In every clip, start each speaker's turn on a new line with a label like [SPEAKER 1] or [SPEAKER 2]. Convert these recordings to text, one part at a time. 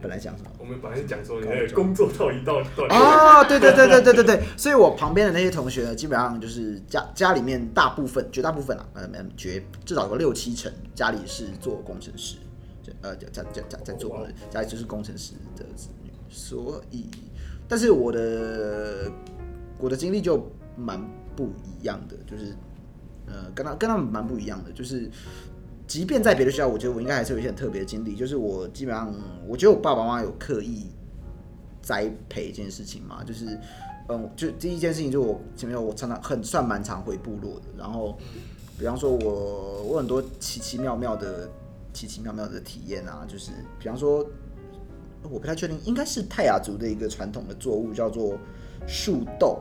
[SPEAKER 1] 本来讲什么？
[SPEAKER 2] 我们本来是讲说你那个工作到一到段
[SPEAKER 1] 哦，对对对对对对对，所以我旁边的那些同学呢，基本上就是家家里面大部分、绝大部分啊，嗯嗯，绝至少有个六七成家里是做工程师，就呃家家家在做工程，家里就是工程师的子女，所以，但是我的我的经历就蛮不一样的，就是呃跟他跟他们蛮不一样的，就是。即便在别的学校，我觉得我应该还是有一些很特别的经历。就是我基本上，我觉得我爸爸妈妈有刻意栽培这件事情嘛，就是，嗯，就第一件事情就是我前面我常常很算蛮常回部落的，然后，比方说我我很多奇奇妙妙的奇奇妙妙的体验啊，就是比方说，我不太确定，应该是泰雅族的一个传统的作物叫做树豆，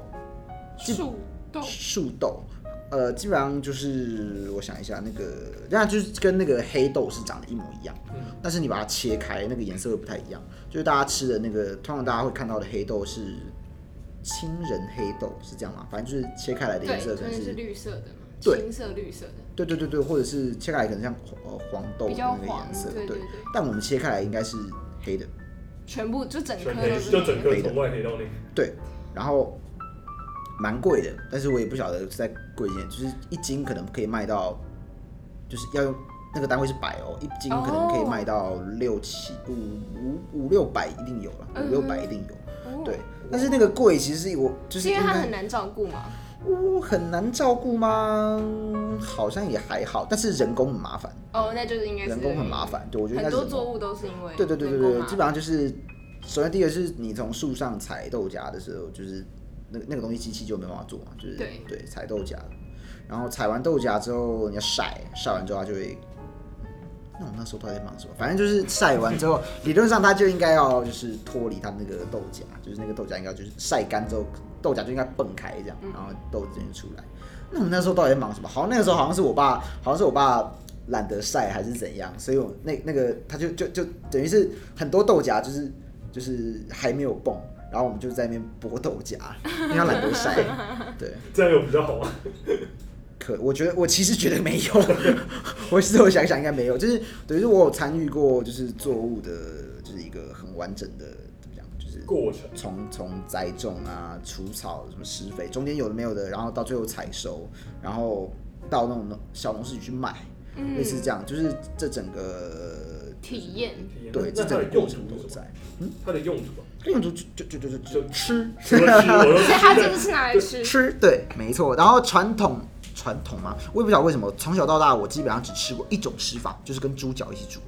[SPEAKER 3] 树豆
[SPEAKER 1] 树豆，呃，基本上就是我想一下，那个那就是跟那个黑豆是长得一模一样，
[SPEAKER 3] 嗯
[SPEAKER 1] 但是你把它切开，那个颜色会不太一样。就是大家吃的那个，通常大家会看到的黑豆是亲人黑豆，是这样吗？反正就是切开来的
[SPEAKER 3] 对，
[SPEAKER 1] 颜色
[SPEAKER 3] 真
[SPEAKER 1] 可能是，
[SPEAKER 3] 的是绿色的嘛，
[SPEAKER 1] 对
[SPEAKER 3] 青色绿色的，
[SPEAKER 1] 对对对对，或者是切开来可能像呃黄豆的
[SPEAKER 3] 比较
[SPEAKER 1] 那个
[SPEAKER 3] 黄，
[SPEAKER 1] 颜色，
[SPEAKER 3] 对对，
[SPEAKER 1] 但我们切开来应该是黑的，
[SPEAKER 3] 全部就整颗
[SPEAKER 2] 全
[SPEAKER 3] 都
[SPEAKER 2] 黑，
[SPEAKER 3] 是
[SPEAKER 2] 就整
[SPEAKER 3] 黑
[SPEAKER 2] 个从外黑到内。
[SPEAKER 1] 对，然后蛮贵的，但是我也不晓得在贵一点，就是一斤可能可以卖到，就是要用那个单位是百哦，一斤可能可以卖到六七五五五六百一定有了，
[SPEAKER 3] 嗯
[SPEAKER 1] 五六百一定有，
[SPEAKER 3] 哦
[SPEAKER 1] 对。但是那个贵其实是我就是
[SPEAKER 3] 是因为它
[SPEAKER 1] 应该
[SPEAKER 3] 很难照顾嘛，
[SPEAKER 1] 我很难照顾吗？好像也还好，但是人工很麻烦，
[SPEAKER 3] 哦，那就是应该是
[SPEAKER 1] 人工很麻，烦，对我觉得应该
[SPEAKER 3] 很
[SPEAKER 1] 是
[SPEAKER 3] 多
[SPEAKER 1] 人工
[SPEAKER 3] 作物都是因为
[SPEAKER 1] 对对对对
[SPEAKER 3] 人工
[SPEAKER 1] 对，
[SPEAKER 3] 嘛
[SPEAKER 1] 基本上就是，首先第一个是你从树上采豆荚的时候，就是那个那个东西机器就没办法做嘛，就是
[SPEAKER 3] 对
[SPEAKER 1] 采豆荚，然后采完豆荚之后你要晒，晒完之后它就会。那我那时候到底在忙什么？反正就是晒完之后，理论上它就应该要就是脱离它那个豆荚，啊就是那个豆荚应该就是晒干之后，豆荚就应该蹦开这样，然后豆子就出来。那我们那时候到底在忙什么？好像那个时候好像是我爸，好像是我爸懒得晒还是怎样，所以我那那个他就就就等于是很多豆荚就是就是还没有蹦，然后我们就在那边剥豆 荚，因为他懒得晒。对，
[SPEAKER 2] 这样有比较好啊吗？
[SPEAKER 1] 可我觉得我其实觉得没有，我事后想想应该没有，就是等于是我有参与过就是作物的，就是一个很完整的怎么讲，就是
[SPEAKER 2] 过程
[SPEAKER 1] 从从栽种啊、除草、什么施肥，中间有的没有的，然后到最后采收，然后到那种农小农市集去卖，
[SPEAKER 3] 嗯
[SPEAKER 1] 类似这样，就是这整个
[SPEAKER 3] 体验
[SPEAKER 1] 对这
[SPEAKER 2] 那它
[SPEAKER 1] 整
[SPEAKER 2] 的
[SPEAKER 1] 个
[SPEAKER 2] 用
[SPEAKER 1] 过程都有
[SPEAKER 2] 途是什
[SPEAKER 1] 在
[SPEAKER 2] 么？。它的用途 啊，
[SPEAKER 1] 这种就就就就就就
[SPEAKER 2] 就
[SPEAKER 1] 吃
[SPEAKER 2] 除了吃，我
[SPEAKER 3] 所以
[SPEAKER 2] 都
[SPEAKER 3] 它真的是拿来吃，
[SPEAKER 1] 吃，对，没错。然后传统传统嘛，我也不晓得为什么，从小到大我基本上只吃过一种吃法，就是跟猪脚一起煮。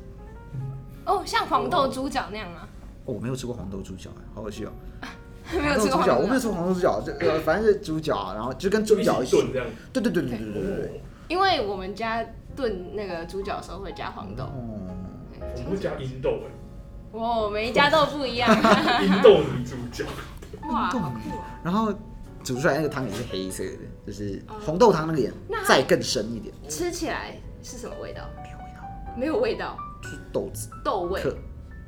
[SPEAKER 3] 哦，像黄豆猪脚那样吗？
[SPEAKER 1] 哦，我没有吃过黄豆猪脚，好恶心哦！
[SPEAKER 3] 没有
[SPEAKER 1] 黄豆
[SPEAKER 3] 吃过
[SPEAKER 1] 猪
[SPEAKER 3] 黄
[SPEAKER 1] 脚，我没有
[SPEAKER 3] 豆
[SPEAKER 1] 吃
[SPEAKER 3] 猪脚，
[SPEAKER 1] 过黄豆猪脚，就呃，反正是猪脚啊，然后就跟猪脚
[SPEAKER 2] 一
[SPEAKER 1] 一起
[SPEAKER 2] 起。炖这样。哦
[SPEAKER 1] 对对对对对对对对。
[SPEAKER 3] 因为我们家炖那个猪脚的时候会加黄豆，
[SPEAKER 1] 哦，
[SPEAKER 2] 我们会加银豆
[SPEAKER 3] 哇，每一家都 不一样，
[SPEAKER 2] 哎，银豆女主角，
[SPEAKER 3] 哇，好酷哦！
[SPEAKER 1] 然后煮出来那个汤也是黑色的，就是红豆汤那个颜
[SPEAKER 3] 那它
[SPEAKER 1] 再更深一点，
[SPEAKER 3] 吃起来是什么味道？
[SPEAKER 1] 没有味道，
[SPEAKER 3] 没有味道，
[SPEAKER 1] 就是豆子
[SPEAKER 3] 豆味，
[SPEAKER 1] 克，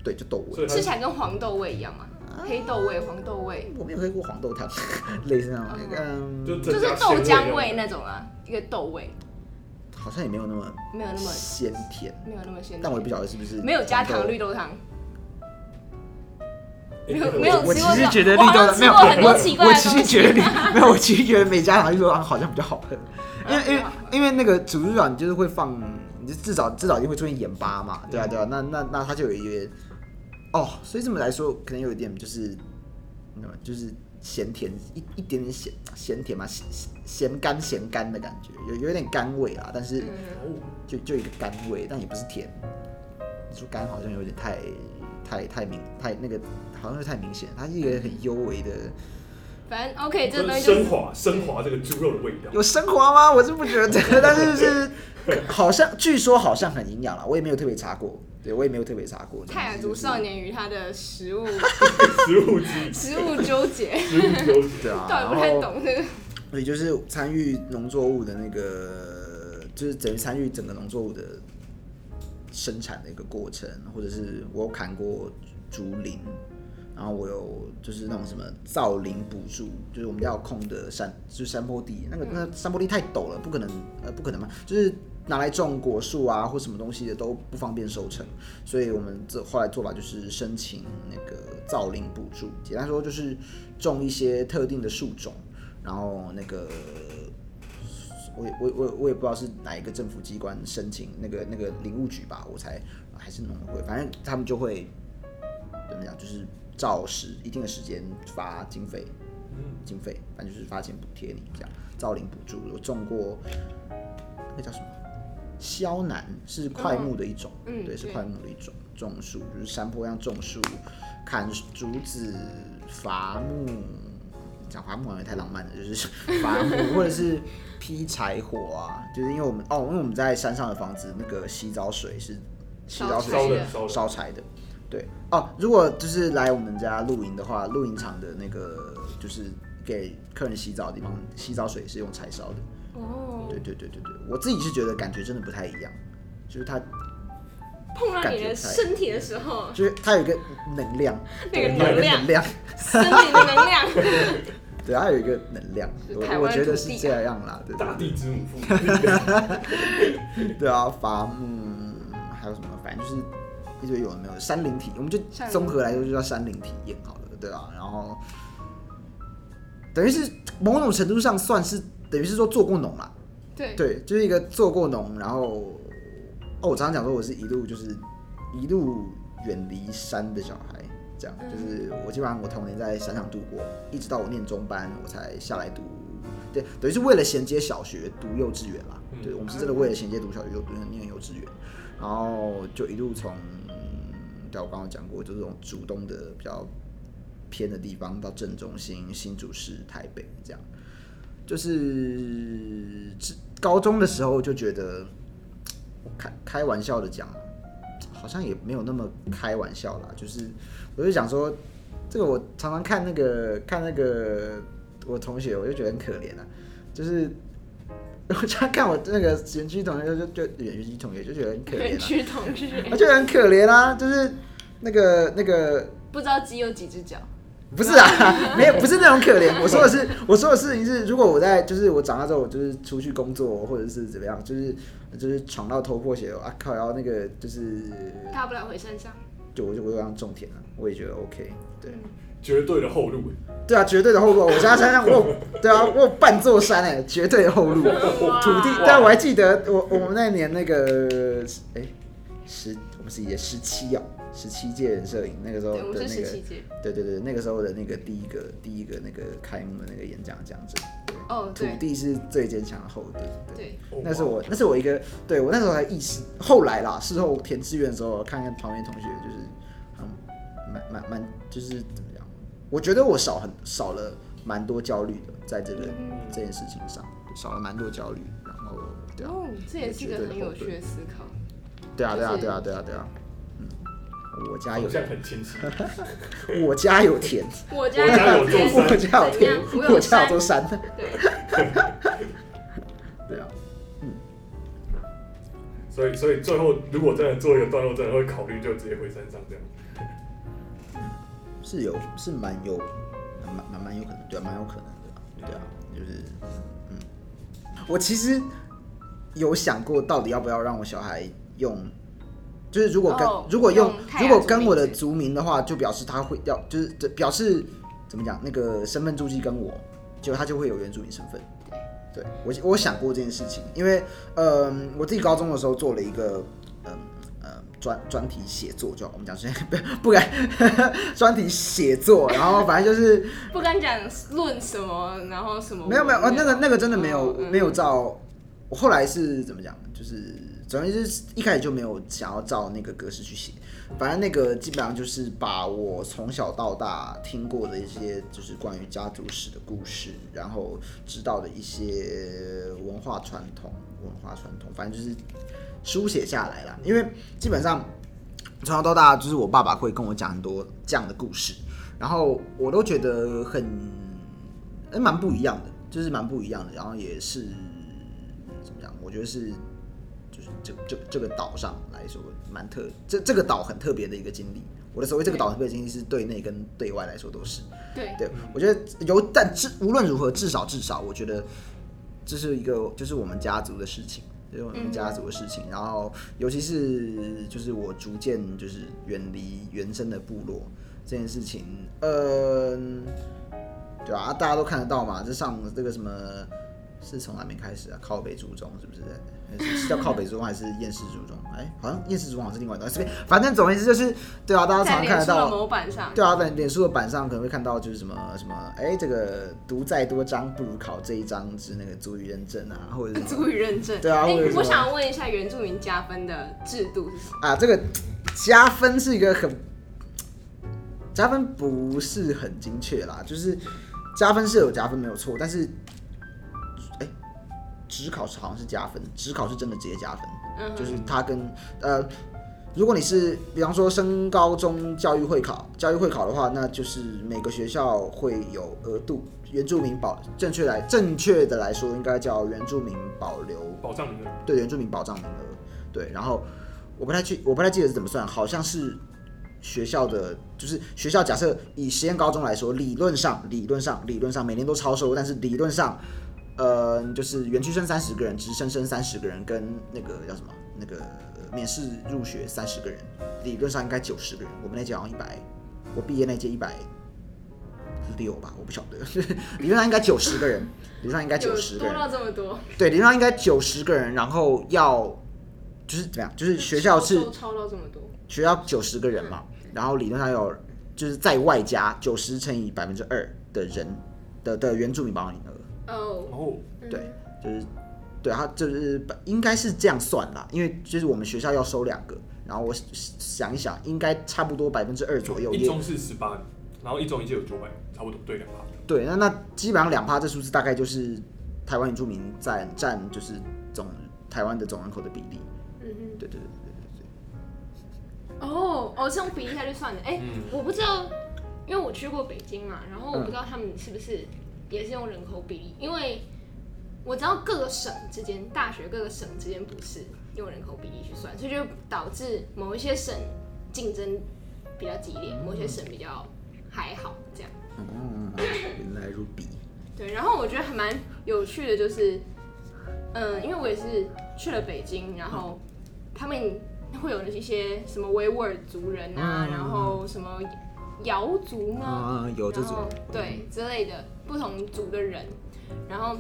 [SPEAKER 1] 对，就豆
[SPEAKER 2] 所
[SPEAKER 1] 味。
[SPEAKER 2] 以它
[SPEAKER 3] 吃起来跟黄豆味一样吗？
[SPEAKER 1] 啊
[SPEAKER 3] 黑豆味、黄豆味，
[SPEAKER 1] 我没有喝过黄豆汤， 类似那
[SPEAKER 3] 哦
[SPEAKER 1] 种，
[SPEAKER 2] 就
[SPEAKER 1] 嗯，
[SPEAKER 3] 就
[SPEAKER 2] 增
[SPEAKER 3] 是
[SPEAKER 2] 加鲜
[SPEAKER 3] 豆浆
[SPEAKER 2] 味
[SPEAKER 3] 味那种啊，一个豆味，
[SPEAKER 1] 好像也没有那么
[SPEAKER 3] 没有那么
[SPEAKER 1] 鲜甜，
[SPEAKER 3] 没有那么鲜甜，
[SPEAKER 1] 但我也不晓得是不是
[SPEAKER 3] 没有加糖
[SPEAKER 1] 黄豆
[SPEAKER 3] 绿豆汤，没
[SPEAKER 2] 道。
[SPEAKER 3] 有没有
[SPEAKER 1] 我
[SPEAKER 3] 吃
[SPEAKER 1] 其
[SPEAKER 3] 过这
[SPEAKER 1] 实
[SPEAKER 3] 种
[SPEAKER 1] 觉得绿豆
[SPEAKER 3] 我好
[SPEAKER 1] 的
[SPEAKER 3] 像
[SPEAKER 1] 没有，
[SPEAKER 3] 吃过很多奇怪
[SPEAKER 1] 我
[SPEAKER 3] 的
[SPEAKER 1] 我其实觉得绿 没有，我其实觉得美加糖绿豆汤好像比较好 喝，因为因为因为那个煮猪脚你就是会放，你就至少至少一定会出现盐巴嘛，对
[SPEAKER 3] 嗯
[SPEAKER 1] 啊对啊，那那那它就有一点，哦，所以这么来说可能有一点就是，那么就是咸甜一一点点咸咸甜嘛，咸咸咸干咸干的感觉，有有一点甘味啦，但是
[SPEAKER 3] 嗯，
[SPEAKER 1] 就就一个甘味，但也不是甜。你说甘好像有点太太太明太那个，好像是太明显。它是一个很幽微的，
[SPEAKER 3] 反正 OK，这
[SPEAKER 2] 就
[SPEAKER 3] 东
[SPEAKER 2] 是
[SPEAKER 3] 西就
[SPEAKER 2] 升
[SPEAKER 3] 是
[SPEAKER 2] 华升华这个猪肉的味 道。
[SPEAKER 1] 有升华吗？我是不觉得， 但是是好像据说好像很营养啦，我也没有特别查过，对我也没有特别查过。
[SPEAKER 3] 泰雅族少，年与他的食 物
[SPEAKER 2] 食物之
[SPEAKER 3] 食物纠结，
[SPEAKER 2] 食物优
[SPEAKER 1] 对啊，
[SPEAKER 3] 到
[SPEAKER 1] 然
[SPEAKER 3] 底不太
[SPEAKER 1] 后
[SPEAKER 3] 懂这个。
[SPEAKER 1] 所以就是参与农作物的那个，就是等于参与整个农作物的生产的一个过程，或者是我有砍过竹林，然后我有就是那种什么造林补助，就是我们家有空的山，就是山坡地，那个那个山坡地太陡了，不可能呃不可能嘛，就是拿来种果树啊或什么东西的都不方便收成，所以我们这后来做法就是申请那个造林补助，简单说就是种一些特定的树种，然后那个我也我我我也不知道是哪一个政府机关申请那个那个林务局吧，我才还是农委会，反正他们就会怎么讲，就是照时一定的时间发经费，
[SPEAKER 2] 嗯，
[SPEAKER 1] 经费，反正就是发钱补贴你这样，造林补助。我种过那叫什么？萧楠是快木的一种，
[SPEAKER 3] 嗯嗯
[SPEAKER 1] 对，是
[SPEAKER 3] 对
[SPEAKER 1] 快木的一种种树，就是山坡上种树，砍竹子、伐木。讲伐木好像也太浪漫了，就是伐木或者是劈柴火啊，就是因为我们哦，因为我们在山上的房子那个洗澡水是洗澡水
[SPEAKER 2] 烧
[SPEAKER 1] 是
[SPEAKER 2] 的烧的
[SPEAKER 1] 烧柴的。对哦，如果就是来我们家露营的话，露营场的那个就是给客人洗澡的地方，洗澡水是用柴烧的。
[SPEAKER 3] 哦，
[SPEAKER 1] 对对对对对，我自己是觉得感觉真的不太一样，就是它
[SPEAKER 3] 碰到你的身体的时候，
[SPEAKER 1] 就是它有一个能量，
[SPEAKER 3] 那个
[SPEAKER 1] 对它有一
[SPEAKER 3] 能
[SPEAKER 1] 个
[SPEAKER 3] 量
[SPEAKER 1] 能，量，
[SPEAKER 3] 生命的能量，
[SPEAKER 1] 对，它有一个能量，
[SPEAKER 3] 是台湾
[SPEAKER 1] 我我觉得
[SPEAKER 3] 土
[SPEAKER 1] 是
[SPEAKER 3] 地啊
[SPEAKER 1] 这样啦，对对
[SPEAKER 2] 大地之母父，
[SPEAKER 1] 对对啊，伐木还有什么，反正就是一堆有的没有的山林体，我们就
[SPEAKER 3] 山林
[SPEAKER 1] 综合来说就叫山林体验好了，对啊，然后等于是某种程度上算是等于是说做过农啦，
[SPEAKER 3] 对，
[SPEAKER 1] 对，就是一个做过农，然后哦，我常常讲说我是一路就是一路远离山的小孩，这样
[SPEAKER 3] 嗯
[SPEAKER 1] 就是我基本上我童年在山上度过，一直到我念中班我才下来读，对，等于是为了衔接小学读幼稚园啦，
[SPEAKER 2] 嗯
[SPEAKER 1] 对，我们是真的为了衔接读小学就读念幼稚园，然后就一路从，对我刚刚讲过，就是这种主动的比较偏的地方到正中心新竹市、台北这样。就是之高中的时候就觉得，开开玩笑的讲，好像也没有那么开玩笑啦。就是我就想说，这个我常常看那个看那个我同学，我就觉得很可怜啊。就是 我常常看我那个园区同学，就就就园区同学就觉得很可
[SPEAKER 3] 园
[SPEAKER 1] 怜啊，
[SPEAKER 3] 区同事
[SPEAKER 1] 他觉得很可怜啊，就是那个那个
[SPEAKER 3] 不知道鸡有几只脚，
[SPEAKER 1] 不是啊， 没有，不是那种可怜。我说的是，我说的事情是，如果我在，就是我长大之后，我就是出去工作，或者是怎么样，就是就是闯到头破血流啊靠，然后那个就是，
[SPEAKER 3] 大不了回山上。
[SPEAKER 1] 就我就我就让种田了，我也觉得 OK。对
[SPEAKER 2] 绝对的哎后路，
[SPEAKER 1] 对啊，绝对的后路。我家山上我有，对啊，我有半座山哎、绝对的后路。
[SPEAKER 3] 哇
[SPEAKER 1] 土地，但我还记得我我们那年那个哎、十，我们是也十七啊，十七届人摄影那个时候
[SPEAKER 3] 对，
[SPEAKER 1] 的
[SPEAKER 3] 我
[SPEAKER 1] 那
[SPEAKER 3] 们
[SPEAKER 1] 个
[SPEAKER 3] 是十七届。
[SPEAKER 1] 对对对，那个时候的那个第一个第一个那个开幕的那个演讲讲者，
[SPEAKER 3] 哦，
[SPEAKER 1] 土
[SPEAKER 3] 对
[SPEAKER 1] 地是最坚强的后盾。对，
[SPEAKER 3] 对，
[SPEAKER 2] 哦
[SPEAKER 1] 那是我那是我一个，对我那时候才意识，后来啦，事后填志愿的时候，看看旁边同学就是，嗯，蛮蛮蛮，就是怎么讲？我觉得我少很少了蛮多焦虑的，在这个、
[SPEAKER 3] 嗯
[SPEAKER 1] 这件事情上，少了蛮多焦虑，然后对啊，
[SPEAKER 3] 哦，这也是一个很有趣的思考。
[SPEAKER 1] 对啊，对啊，
[SPEAKER 3] 就是
[SPEAKER 1] 对啊，对啊，对啊，嗯，我家
[SPEAKER 2] 好
[SPEAKER 1] 有
[SPEAKER 2] 像很清 晰，
[SPEAKER 1] 我家有田，
[SPEAKER 3] 我
[SPEAKER 2] 我家有
[SPEAKER 3] 田
[SPEAKER 2] 种
[SPEAKER 1] 我
[SPEAKER 2] 山
[SPEAKER 1] 家有
[SPEAKER 3] 怎样
[SPEAKER 1] 田，
[SPEAKER 3] 我
[SPEAKER 1] 我
[SPEAKER 3] 有
[SPEAKER 1] 家
[SPEAKER 3] 山
[SPEAKER 1] 有座，山。
[SPEAKER 3] 对，
[SPEAKER 1] 对啊，
[SPEAKER 2] 所以所以最后如果真的做一个段落，真的会考虑就直接回山上这样。
[SPEAKER 1] 是有是蛮有蛮蛮蛮有可能，对、啊，蛮有可能的、啊，对啊，就是嗯，我其实有想过到底要不要让我小孩用，就是如果跟、
[SPEAKER 3] 哦
[SPEAKER 1] 如果用
[SPEAKER 3] 用泰雅
[SPEAKER 1] 如果跟我的
[SPEAKER 3] 族名字
[SPEAKER 1] 族名的话，就表示他会要就是这表示怎么讲那个身份注记跟我，就他就会有原住民身份。对我我想过这件事情，因为嗯，我自己高中的时候做了一个嗯呃专专题写作，就我们讲现在不 不敢专题写作，然后反正就是
[SPEAKER 3] 不敢讲论什么，然后什么
[SPEAKER 1] 没有没有，哦，那个那个真的没有、
[SPEAKER 3] 嗯
[SPEAKER 1] 没有照。我后来是怎么讲？就是总而言之，一开始就没有想要照那个格式去写。反正那个基本上就是把我从小到大听过的一些，就是关于家族史的故事，然后知道的一些文化传统、文化传统，反正就是书写下来啦。因为基本上从小到大，就是我爸爸会跟我讲很多这样的故事，然后我都觉得很，哎，蛮不一样的，就是蛮不一样的。然后也是怎么讲？我觉得是，就是这这这个岛上来说，蛮特，这这个岛很特别的一个经历。我的所谓这个岛很特别的经历，是对内跟对外来说都是。
[SPEAKER 3] 对
[SPEAKER 1] 对，我觉得有，但至无论如何，至少至少，我觉得这是一个就是我们家族的事情。就是我们家族的事情。呃然后，尤其是就是我逐渐就是远离原生的部落这件事情，嗯、对啊，大家都看得到嘛，这上这个什么是从哪边开始啊？靠北族中是不是？还是是叫靠北族中还是厌世族中？哎、好像厌世族中好像是另外一段，随便，反正总而言之就是，对啊，大家常常
[SPEAKER 3] 在
[SPEAKER 1] 看
[SPEAKER 3] 脸
[SPEAKER 1] 得
[SPEAKER 3] 书的
[SPEAKER 1] 到，
[SPEAKER 3] 模板上，
[SPEAKER 1] 对啊，在脸书的版上可能会看到就是什么什么，哎、这个读再多章不如考这一章之那个足语认证啊，或者是什么
[SPEAKER 3] 足以认证。
[SPEAKER 1] 对啊
[SPEAKER 3] 哎
[SPEAKER 1] 或者什么
[SPEAKER 3] 我想问一下原住民加分的制度是什么？
[SPEAKER 1] 啊，这个加分是一个很加分不是很精确啦，就是加分是有加分没有错，但是哎、只考是好像是加分，只考是真的直接加分，
[SPEAKER 3] 嗯哼，
[SPEAKER 1] 就是它跟呃。如果你是比方说升高中教育会考，教育会考的话，那就是每个学校会有额度。原住民保正确来正确的来说，应该叫原住民保留
[SPEAKER 2] 保障名额，
[SPEAKER 1] 对原住民保障名额。对，然后我不太记，我不太记得是怎么算，好像是学校的，就是学校假设以实验高中来说，理论上理论上理论上每年都超收，但是理论上，呃，就是园区生三十个人，直升生三十个人，跟那个叫什么那个呃免试入学三十个人，理论上应该九十个人，我们那届好像一百，我毕业那届一百。六吧，我不晓得， 理论上应该九十个人，理论上应该九十
[SPEAKER 3] 有
[SPEAKER 1] 个
[SPEAKER 3] 多
[SPEAKER 1] 人，
[SPEAKER 3] 到这么多，
[SPEAKER 1] 对，理论上应该九十个人，然后要就是怎么样？就是学校是
[SPEAKER 3] 都超到这么多，
[SPEAKER 1] 学校九十个人嘛，然后理论上有就是再外加九十乘以百分之二的人的的原住民保障名额，
[SPEAKER 3] 哦，
[SPEAKER 2] 然后
[SPEAKER 3] 嗯
[SPEAKER 1] 对，就是对，他就是应该是这样算啦，因为就是我们学校要收两个，然后我想一想，应该差不多百分之二左右
[SPEAKER 3] 嗯
[SPEAKER 2] 一
[SPEAKER 1] 也
[SPEAKER 2] 中是十八，然后一中一届有九百，差不多对两趴。
[SPEAKER 1] 对，那那基本上两趴这数字大概就是台湾原住民占占就是总台湾的总人口的比例，
[SPEAKER 3] 嗯
[SPEAKER 1] 对对对对对对。
[SPEAKER 3] 哼，哦，哦，这样比一下就算了。哎，
[SPEAKER 2] 嗯，
[SPEAKER 3] 我不知道，因为我去过北京嘛，然后我不知道他们是不是也是用人口比例，因为我知道各个省之间，大学各个省之间不是用人口比例去算，所以就导致某一些省竞争比较激烈，某些省比较还好这样。
[SPEAKER 1] 嗯，原来如彼。
[SPEAKER 3] 对，然后我觉得还蛮有趣的，就是，嗯，因为我也是去了北京，然后他们会有一些什么维吾尔族人啊，
[SPEAKER 1] 嗯
[SPEAKER 3] 然后什么瑶族吗？
[SPEAKER 1] 啊，有这
[SPEAKER 3] 嗯然
[SPEAKER 1] 种
[SPEAKER 3] 后。对之类的不同族的人，然后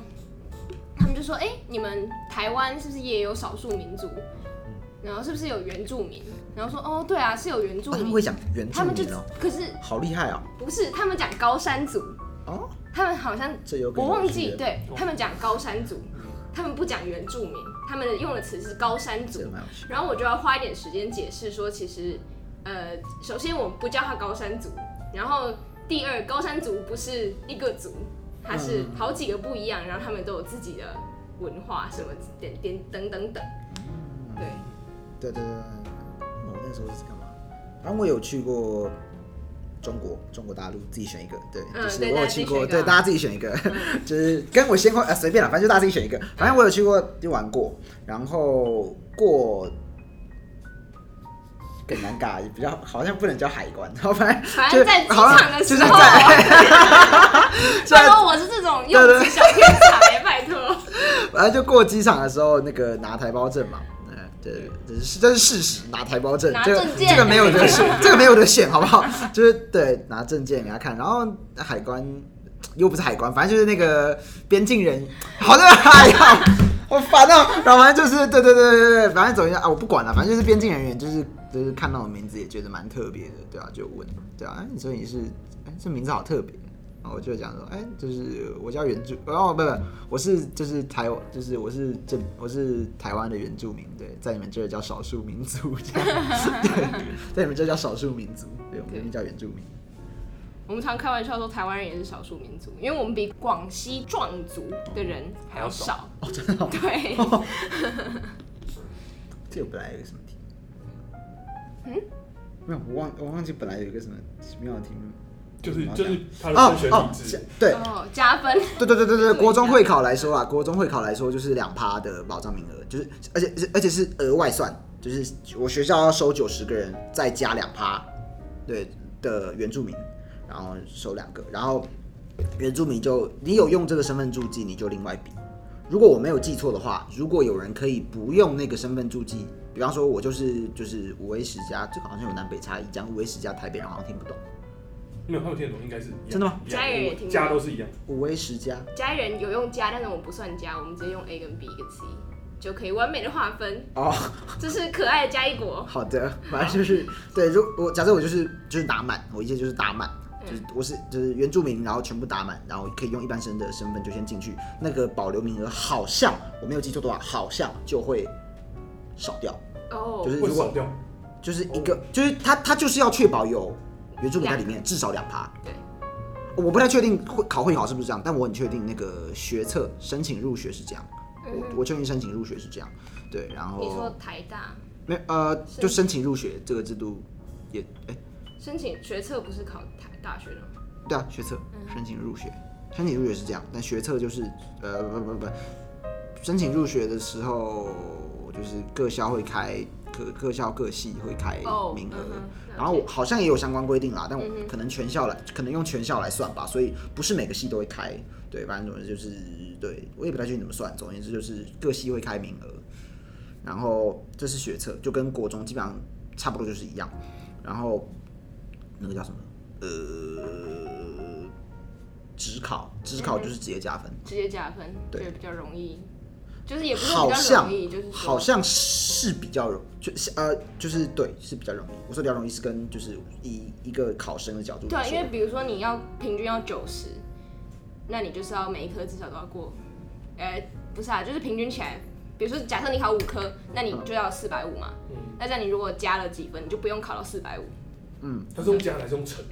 [SPEAKER 3] 他们就说：“哎、你们台湾是不是也有少数民族？然后是不是有原住民？”然后说：“哦，对啊，是有原住
[SPEAKER 1] 哦他们
[SPEAKER 3] 民。
[SPEAKER 1] 会讲原住
[SPEAKER 3] 他们就
[SPEAKER 1] 民哦，
[SPEAKER 3] 可是
[SPEAKER 1] 好厉害哦！
[SPEAKER 3] 不是他们讲高山族，
[SPEAKER 1] 哦，
[SPEAKER 3] 他们好像
[SPEAKER 1] 这有
[SPEAKER 3] 我忘记，，对
[SPEAKER 2] 哦
[SPEAKER 3] 他们讲高山族，他们不讲原住民，他们用的词是高山
[SPEAKER 1] 这
[SPEAKER 3] 族
[SPEAKER 1] 个。蛮有趣。
[SPEAKER 3] 然后我就要花一点时间解释说，其实，呃，首先我们不叫它高山族，然后第二，高山族不是一个族，它
[SPEAKER 1] 嗯
[SPEAKER 3] 是好几个不一样，然后他们都有自己的文化什么点点等等等。
[SPEAKER 1] 嗯对
[SPEAKER 3] 对，
[SPEAKER 1] 对对对对。我那时候是干嘛？反正我有去过中国，中国大陆自己选一个，对，
[SPEAKER 3] 嗯
[SPEAKER 1] 就是
[SPEAKER 3] 对
[SPEAKER 1] 我有
[SPEAKER 3] 大家自
[SPEAKER 1] 去
[SPEAKER 3] 己
[SPEAKER 1] 过，
[SPEAKER 3] 选一个
[SPEAKER 1] 对，
[SPEAKER 3] 啊嗯
[SPEAKER 1] 大家自己选一个， 就是跟我先过，呃，随便了，反正就大家自己选一个。反正我有去过，就玩过，然后过。更尴尬，比较好像不能叫海关，然 后反正
[SPEAKER 3] 反正在机
[SPEAKER 1] 好像
[SPEAKER 3] 场的时
[SPEAKER 1] 就是
[SPEAKER 3] 候，
[SPEAKER 1] 在，
[SPEAKER 3] 虽然说我是这种用
[SPEAKER 1] 对对
[SPEAKER 3] 词小天才，哎拜托。
[SPEAKER 1] 反正就过机场的时候，那个拿台胞证嘛，嗯，这这是这是事实，拿台胞证
[SPEAKER 3] 拿，
[SPEAKER 1] 这个
[SPEAKER 3] 证件
[SPEAKER 1] 这个没有 得选，这个没有得选，好不 好？就是对，拿证件给他看，然后海关又不是海关，反正就是那个边境人，好像哎呀，我烦哦，然后反正就是对对对对对，反正总之啊，我不管了，反正就是边境人员，就是就是看到我名字也觉得蛮特别的，对啊，就问，对啊，哎你说你是，哎，这名字好特别。然后我就讲说，哎、就是我叫原住，哦不不，我是就是台，就是我是这我是台湾的原住民，对，在你们这儿叫少数民族这样，对，在你们这儿叫少数民族，对，我们这边叫原住民，
[SPEAKER 3] 我们常开玩笑说台湾人也是少数民族，因为我们比广西壮族的人还要少。
[SPEAKER 1] 哦，真的、哦，
[SPEAKER 3] 对，
[SPEAKER 1] 这个本来有一个什么题，
[SPEAKER 3] 嗯，
[SPEAKER 1] 没有，我忘我忘记本来有一个什么奇妙的题目，
[SPEAKER 2] 就是就是他的
[SPEAKER 1] 哦
[SPEAKER 2] 升学
[SPEAKER 1] 哦
[SPEAKER 2] 体，制
[SPEAKER 1] 是， 对，
[SPEAKER 3] 哦，加分。
[SPEAKER 1] 对对对对对，国中会考来说啊，国中会考来说就是两趴的保障名额，就是而且而且是额外算，就是我学校要收九十个人，再加两趴，对的原住民，然后收两个，然后原住民就你有用这个身份注记，你就另外比，如果我没有记错的话，如果有人可以不用那个身份注记，比方说我就是就是五 A 十加，这个好像有南北差异，讲五 A 十加台北人好像听不懂，
[SPEAKER 2] 没有他们听得懂，应该是一样
[SPEAKER 1] 真的吗？
[SPEAKER 2] 一样
[SPEAKER 3] 家人也听得懂
[SPEAKER 2] 家都是一样。
[SPEAKER 1] 五 A 十加
[SPEAKER 3] 家人有用加，但是我们不算加，我们直接用 A 跟 B 跟 C 就可以完美的划分。
[SPEAKER 1] 哦，
[SPEAKER 3] 这是可爱的加一国，
[SPEAKER 1] 好的，反正就是对，如我假设我就是就是打满，我一切就是打满。就是
[SPEAKER 3] 嗯
[SPEAKER 1] 我是就是原住民，然后全部打满，然后可以用一般生的身份就先进去，那个保留名额好像我没有记错的话，好像就会少掉，
[SPEAKER 3] 哦，
[SPEAKER 1] 就是
[SPEAKER 2] 会
[SPEAKER 1] 如果
[SPEAKER 2] 少掉，
[SPEAKER 1] 就是一个，就是他他就是要确保有原
[SPEAKER 3] 嗯
[SPEAKER 1] 住民在里面至少两趴。
[SPEAKER 3] 对，
[SPEAKER 1] 我不太确定会考会考是不是这样，但我很确定那个学测申请入学是这样，
[SPEAKER 3] 嗯
[SPEAKER 1] 我我确定申请入学是这样。对，然
[SPEAKER 3] 你说
[SPEAKER 1] 后
[SPEAKER 3] 台大
[SPEAKER 1] 没呃，就申请入学这个制度也哎、
[SPEAKER 3] 申请学测不是考台大学的吗？
[SPEAKER 1] 对啊，学测
[SPEAKER 3] 嗯
[SPEAKER 1] 申请入学，申请入学是这样，但学测就是呃不不不，申请入学的时候就是各校会开各各校各系会开
[SPEAKER 3] 哦，
[SPEAKER 1] 名额。
[SPEAKER 3] 嗯哼
[SPEAKER 1] 然后我
[SPEAKER 3] 了解嗯
[SPEAKER 1] 好像也有相关规定啦，但我可能全校来，可能用全校来算吧，所以不是每个系都会开。对，反正总之就是，对我也不太确定怎么算。总而言之，就是各系会开名额，然后这是学测，就跟国中基本上差不多就是一样。然后那个叫什么？呃，职考，职
[SPEAKER 3] 嗯
[SPEAKER 1] 考就是直接加分。
[SPEAKER 3] 直接加分，
[SPEAKER 1] 对
[SPEAKER 3] 就比较容易，就是也不是
[SPEAKER 1] 好
[SPEAKER 3] 比较
[SPEAKER 1] 像
[SPEAKER 3] 容易，就是说
[SPEAKER 1] 好像是比较容，就是呃，就是对，是比较容易。我说比较容易是跟就是以一个考生的角度
[SPEAKER 3] 对
[SPEAKER 1] 来
[SPEAKER 3] 啊，
[SPEAKER 1] 说，
[SPEAKER 3] 因为比如说你要平均要九十，那你就是要每一科至少都要过，呃，不是啊，就是平均起来，比如说假设你考五科，那你就要四百五嘛，
[SPEAKER 2] 嗯，
[SPEAKER 3] 那这样你如果加了几分，你就不用考到四百五，
[SPEAKER 2] 它是用加还是用乘？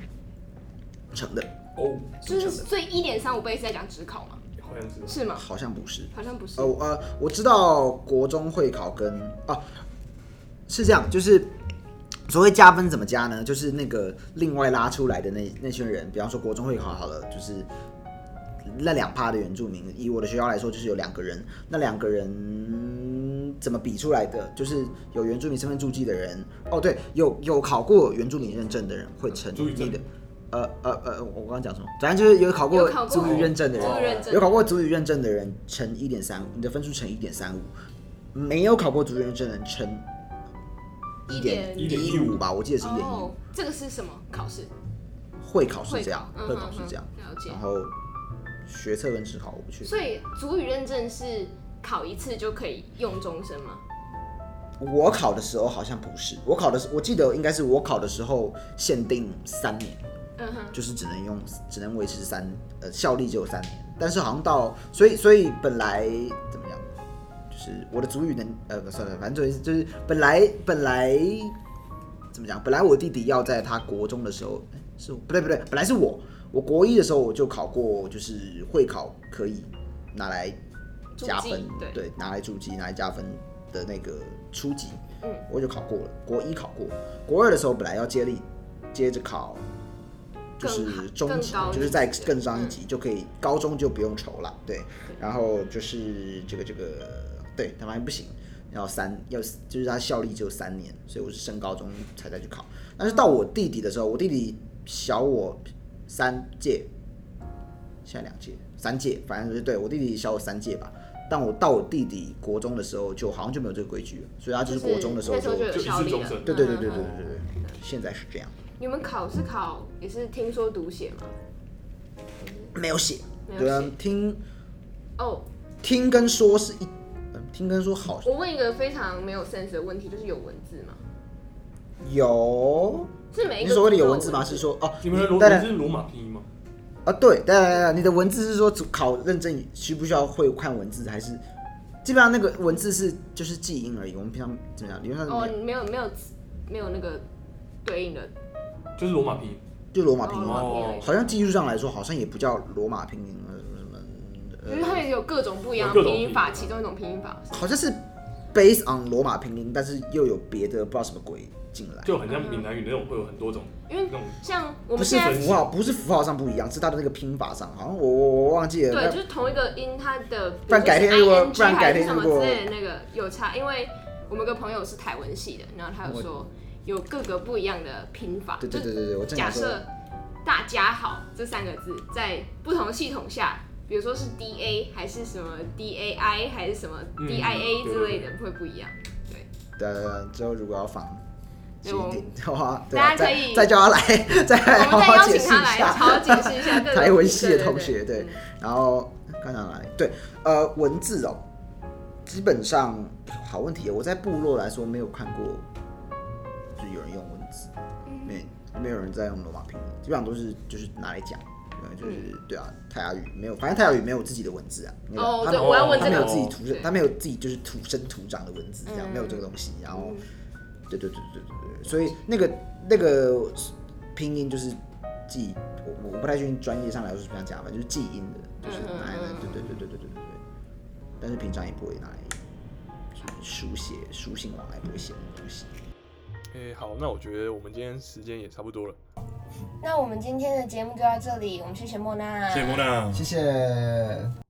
[SPEAKER 1] 成的
[SPEAKER 2] 哦，
[SPEAKER 3] 就是所以一点三五倍是在讲职考嘛，
[SPEAKER 2] 好像是。
[SPEAKER 3] 是吗？
[SPEAKER 1] 好像不是。
[SPEAKER 3] 好像不是
[SPEAKER 1] 呃，我呃，我知道国中会考跟啊，是这样，就是所谓加分怎么加呢？就是那个另外拉出来的那那群人，比方说国中会考好了，就是那两趴的原住民，以我的学校来说，就是有两个人，那两个人怎么比出来的？就是有原住民身份注记的人，哦，对，有有考过原住民认证的人会成
[SPEAKER 2] 注意
[SPEAKER 1] 你
[SPEAKER 2] 证
[SPEAKER 1] 的。呃呃呃，我刚刚讲什么？反正就是有考过
[SPEAKER 3] 有考过
[SPEAKER 1] 族语认证的人
[SPEAKER 2] 族，语
[SPEAKER 3] 认证
[SPEAKER 1] 有考过族语认证的人乘一点三五，你的分数乘一点三五；没有考过族语认证的人乘一点
[SPEAKER 2] 1.15
[SPEAKER 1] 一五吧，我记得是一点一
[SPEAKER 3] 哦
[SPEAKER 1] 五。，
[SPEAKER 3] 这个是什么考试？
[SPEAKER 1] 会考是这样，
[SPEAKER 3] 嗯
[SPEAKER 1] 会考是
[SPEAKER 3] 嗯
[SPEAKER 1] 这样，
[SPEAKER 3] 嗯了解
[SPEAKER 1] 然。后学测跟职考我不确定，
[SPEAKER 3] 所以主语认证是考一次就可以用终身吗？
[SPEAKER 1] 我考的时候好像不是，我考的是我记得应该是我考的时候限定三年，
[SPEAKER 3] 嗯哼，
[SPEAKER 1] 就是只能用，只能维持三，呃，效力只有三年。但是好像到，所以所以本来怎么样，就是我的主语能，呃，不算了，反正就是就是呃本来本来怎么讲，本来我弟弟要在他国中的时候，诶是我不对不对，本来是我，我国一的时候我就考过，就是会考可以拿来加
[SPEAKER 3] 注
[SPEAKER 1] 分
[SPEAKER 3] 记，对
[SPEAKER 1] 对，拿来注记，拿来加分的那个初级，
[SPEAKER 3] 嗯，
[SPEAKER 1] 我就考过了，国一考过，国二的时候本来要接力，接着考。就是中
[SPEAKER 3] 更
[SPEAKER 1] 级
[SPEAKER 3] 高，一嗯
[SPEAKER 1] 就是在
[SPEAKER 3] 级的
[SPEAKER 1] 更上一级就可以，高中就不用愁了。对，然后就是这个这个，对，他妈不行，要三要就是他效力只有三年，所以我是升高中才再去考。但是到我弟弟的时候，我弟弟小我三届，现在两届三届，反正就是对我弟弟小我三届吧。但我到我弟弟国中的时候，就好像就没有这个规矩了，所以他就是国中的时候
[SPEAKER 3] 那时候就有
[SPEAKER 2] 就一次
[SPEAKER 3] 效力
[SPEAKER 2] 终
[SPEAKER 3] 了。
[SPEAKER 2] 身
[SPEAKER 1] 对对对对对对
[SPEAKER 3] 嗯嗯嗯
[SPEAKER 1] 对，现在是这样，
[SPEAKER 3] 你们考是考也是听说读写吗？
[SPEAKER 1] 没有写，
[SPEAKER 3] 没有
[SPEAKER 1] 对啊
[SPEAKER 3] 写，
[SPEAKER 1] 听。
[SPEAKER 3] 哦，
[SPEAKER 1] 听跟说是一，嗯，听跟说好
[SPEAKER 3] 我问一个非常没有 sense 的问题，就是有文字吗？
[SPEAKER 1] 有，
[SPEAKER 3] 是每一
[SPEAKER 1] 你
[SPEAKER 3] 个
[SPEAKER 1] 所谓的
[SPEAKER 3] 都
[SPEAKER 1] 有文字吗？是说哦，
[SPEAKER 2] 你们的罗
[SPEAKER 1] 当
[SPEAKER 2] 你
[SPEAKER 1] 然
[SPEAKER 2] 是罗马拼音吗？
[SPEAKER 1] 啊，对，当然当然，你的文字是说考认证需不需要会看文字，还是基本上那个文字是就是记音而已。我们平常怎么样？理论上
[SPEAKER 3] 哦，
[SPEAKER 1] 没有
[SPEAKER 3] 你没有没有没有那个对应的
[SPEAKER 2] 就是罗马拼音。
[SPEAKER 1] 就罗马拼音
[SPEAKER 3] 哦
[SPEAKER 1] 嘛，
[SPEAKER 3] 哦
[SPEAKER 1] 好像技术上来说，好像也不叫罗马拼音，呃，什么什么，
[SPEAKER 3] 因为它也有各种不一样的
[SPEAKER 2] 有各种
[SPEAKER 3] 拼音法，
[SPEAKER 2] 拼音
[SPEAKER 3] 其中一种拼音法是
[SPEAKER 1] 好像是 based on 罗马拼音，但是又有别的不知道什么鬼进来。
[SPEAKER 2] 就很像闽南语那种，会有很多种
[SPEAKER 3] 因为
[SPEAKER 2] 那种
[SPEAKER 3] 像我
[SPEAKER 1] 不
[SPEAKER 3] 们
[SPEAKER 1] 是
[SPEAKER 3] 现在
[SPEAKER 1] 符号，不是符号上不一样，是它的那个拼法上，好像我我我忘记了。
[SPEAKER 3] 对，就是同一个音，它的比如说是
[SPEAKER 1] 不然改天如果
[SPEAKER 3] ing
[SPEAKER 1] 不然改天
[SPEAKER 3] 还是
[SPEAKER 1] 如果
[SPEAKER 3] 什么之类的那个有差，因为我们有个朋友是台文系的，然后他有说有各个不一样的拼法，
[SPEAKER 1] 对对对对对，我
[SPEAKER 3] 就
[SPEAKER 1] 正
[SPEAKER 3] 假
[SPEAKER 1] 想说，
[SPEAKER 3] 设大家好这三个字在不同系统下比如说是 DA 还是什么 DAI 还是什么
[SPEAKER 2] 嗯
[SPEAKER 3] DIA
[SPEAKER 2] 对
[SPEAKER 3] 之类的，会不一样。
[SPEAKER 1] 对对对，之后如果要访习近
[SPEAKER 3] 对
[SPEAKER 1] 平的话，对
[SPEAKER 3] 大
[SPEAKER 1] 啊，
[SPEAKER 3] 家可
[SPEAKER 1] 再
[SPEAKER 3] 以
[SPEAKER 1] 再叫他来，再来好
[SPEAKER 3] 我们再
[SPEAKER 1] 好
[SPEAKER 3] 邀
[SPEAKER 1] 解
[SPEAKER 3] 请
[SPEAKER 1] 释一
[SPEAKER 3] 他来好好
[SPEAKER 1] 下。
[SPEAKER 3] 解释一下各个
[SPEAKER 1] 台文系的
[SPEAKER 3] 对对
[SPEAKER 1] 同学
[SPEAKER 3] 对
[SPEAKER 1] 对， 然后刚哪来？对，呃，文字哦，基本上好问题哦，我在部落来说没有看过，就是有人用文字，
[SPEAKER 3] 嗯
[SPEAKER 1] 没没有人在用罗马拼音，基本上都是就是拿来讲。呃就是
[SPEAKER 3] 嗯
[SPEAKER 1] 对啊，泰雅语没有，反正泰雅语没有自己的文字啊。那个
[SPEAKER 3] 哦
[SPEAKER 1] 他
[SPEAKER 3] 对
[SPEAKER 1] 们
[SPEAKER 2] 我要问
[SPEAKER 1] 他没
[SPEAKER 2] 这
[SPEAKER 1] 有
[SPEAKER 2] 个
[SPEAKER 1] 自己土生
[SPEAKER 3] 对，
[SPEAKER 1] 他没有自己就是土生土长的文字，这样、
[SPEAKER 3] 嗯
[SPEAKER 1] 没有这个东西。然后
[SPEAKER 3] 嗯
[SPEAKER 1] 对对对对对对，所以那个那个拼音就是记，我我我不太确定专业上来说是不是这样讲吧，就是记音的，就是拿来
[SPEAKER 3] 嗯嗯嗯
[SPEAKER 1] 对对对对对对对对，但是平常也不会拿来就是书写书信往来不会写的东西。
[SPEAKER 2] 诶、好，那我觉得我们今天时间也差不多了，
[SPEAKER 4] 那我们今天的节目就到这里，我们谢谢莫娜，
[SPEAKER 5] 谢谢莫娜，
[SPEAKER 1] 谢谢。